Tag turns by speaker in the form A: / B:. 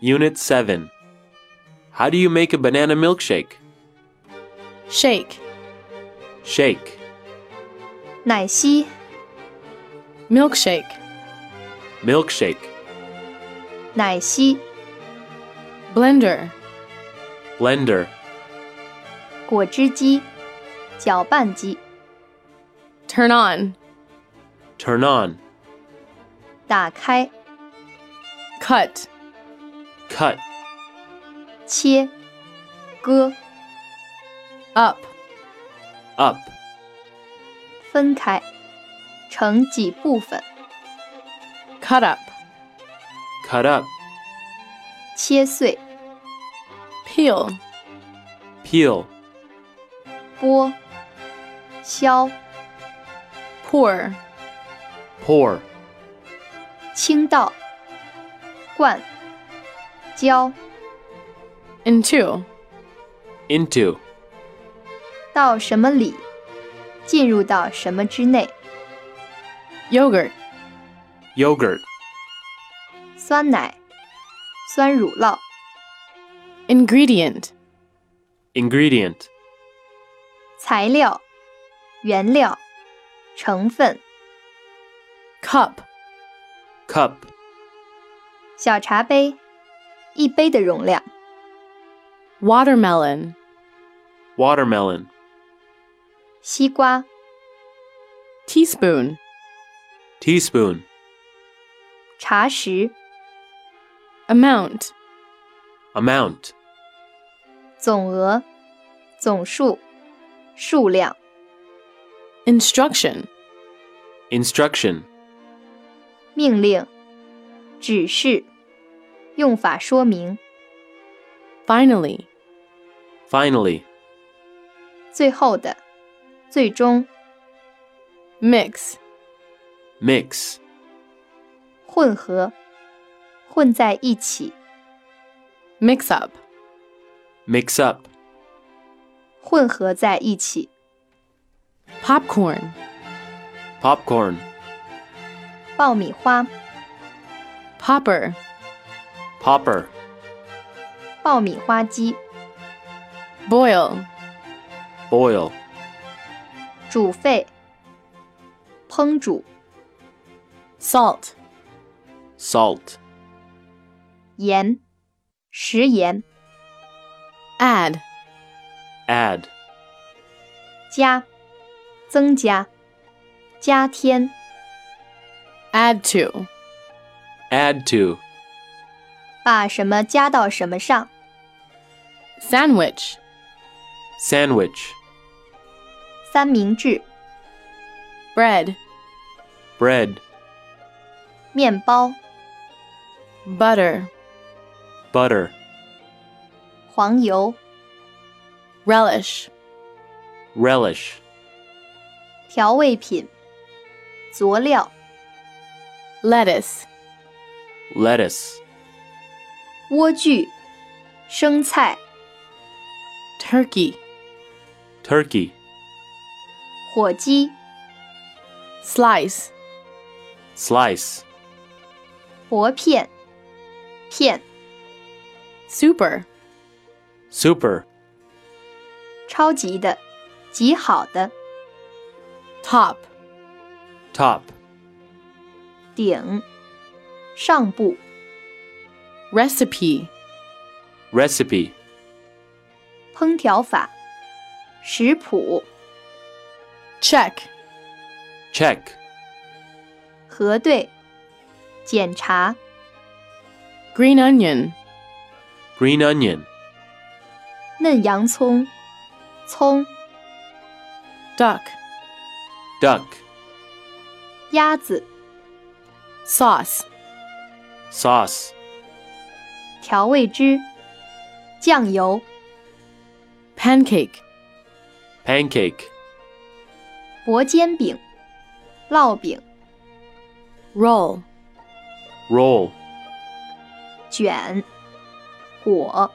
A: Unit 7. How do you make a banana milkshake?
B: shake,
A: Shake.
C: 奶昔、
B: milkshake,
A: Milkshake.
C: 奶昔、
B: blender,
A: Blender.
C: 果汁机、搅拌机、
B: turn on,
A: Turn on.
C: 打开、
B: cut,
A: Cut.
C: 切、割、
B: up,
A: Up.
C: 分开、成几部分、
B: cut up,
A: Cut up.
C: 切碎、
B: peel,
A: Peel.
C: 剥、削、
B: pour,
A: Pour.
C: 倾倒、灌、浇、
B: into,
A: Into.
C: 到什么里，进入到什么之内，
B: yogurt,
A: Yogurt.
C: 酸奶、酸乳酪、
B: ingredient,
A: Ingredient.
C: 材料、原料、成分。
B: cup,
A: Cup.
C: 小茶杯，一杯的容量；
B: watermelon,
A: Watermelon.
C: 西瓜、
B: teaspoon,
A: Teaspoon.
C: 茶匙、
B: amount,
A: Amount.
C: 总额、总数、数量、
B: instruction,
A: Instruction.
C: 命令、指示、用法说明。
B: finally,
A: Finally.
C: 最后的，最终，
B: mix,
A: Mix.
C: 混合，混在一起，
B: mix up,
A: Mix up.
C: 混合在一起，
B: popcorn,
A: Popcorn.
C: 爆米花，
B: popper,
A: Popper.
C: 爆米花机，
B: boil,
A: Boil.
C: 煮沸，烹煮，
B: salt,
A: Salt.
C: 盐，食盐，
B: add,
A: Add.
C: 加，增加，加添。
B: add to,
A: Add to.
C: 把什么加到什么上，
B: sandwich,
A: Sandwich.
C: 三明治、
B: bread,
A: Bread.
C: 面包、
B: butter,
A: Butter.
C: 黄油、
B: relish,
A: Relish.
C: 调味品、佐料、
B: lettuce,
A: Lettuce.
C: 莴苣、生菜、
B: turkey,
A: Turkey.
C: 火鸡、
B: slice,
A: Slice.
C: 薄片、片、
B: super,
A: Super.
C: 超级的、极好的、
B: top,
A: Top.
C: 顶、上部、
B: recipe,
A: Recipe.
C: 烹调法、食谱、
B: check,
A: Check.
C: 核对、检查、
B: green onion,
A: Green onion.
C: 嫩洋葱、葱、
B: duck,
A: Duck.
C: 鸭子、
B: sauce,
A: Sauce.
C: 调味汁、酱油、
B: pancake,
A: Pancake.
C: 薄煎饼、烙饼、
B: roll,
A: Roll.
C: 卷、果、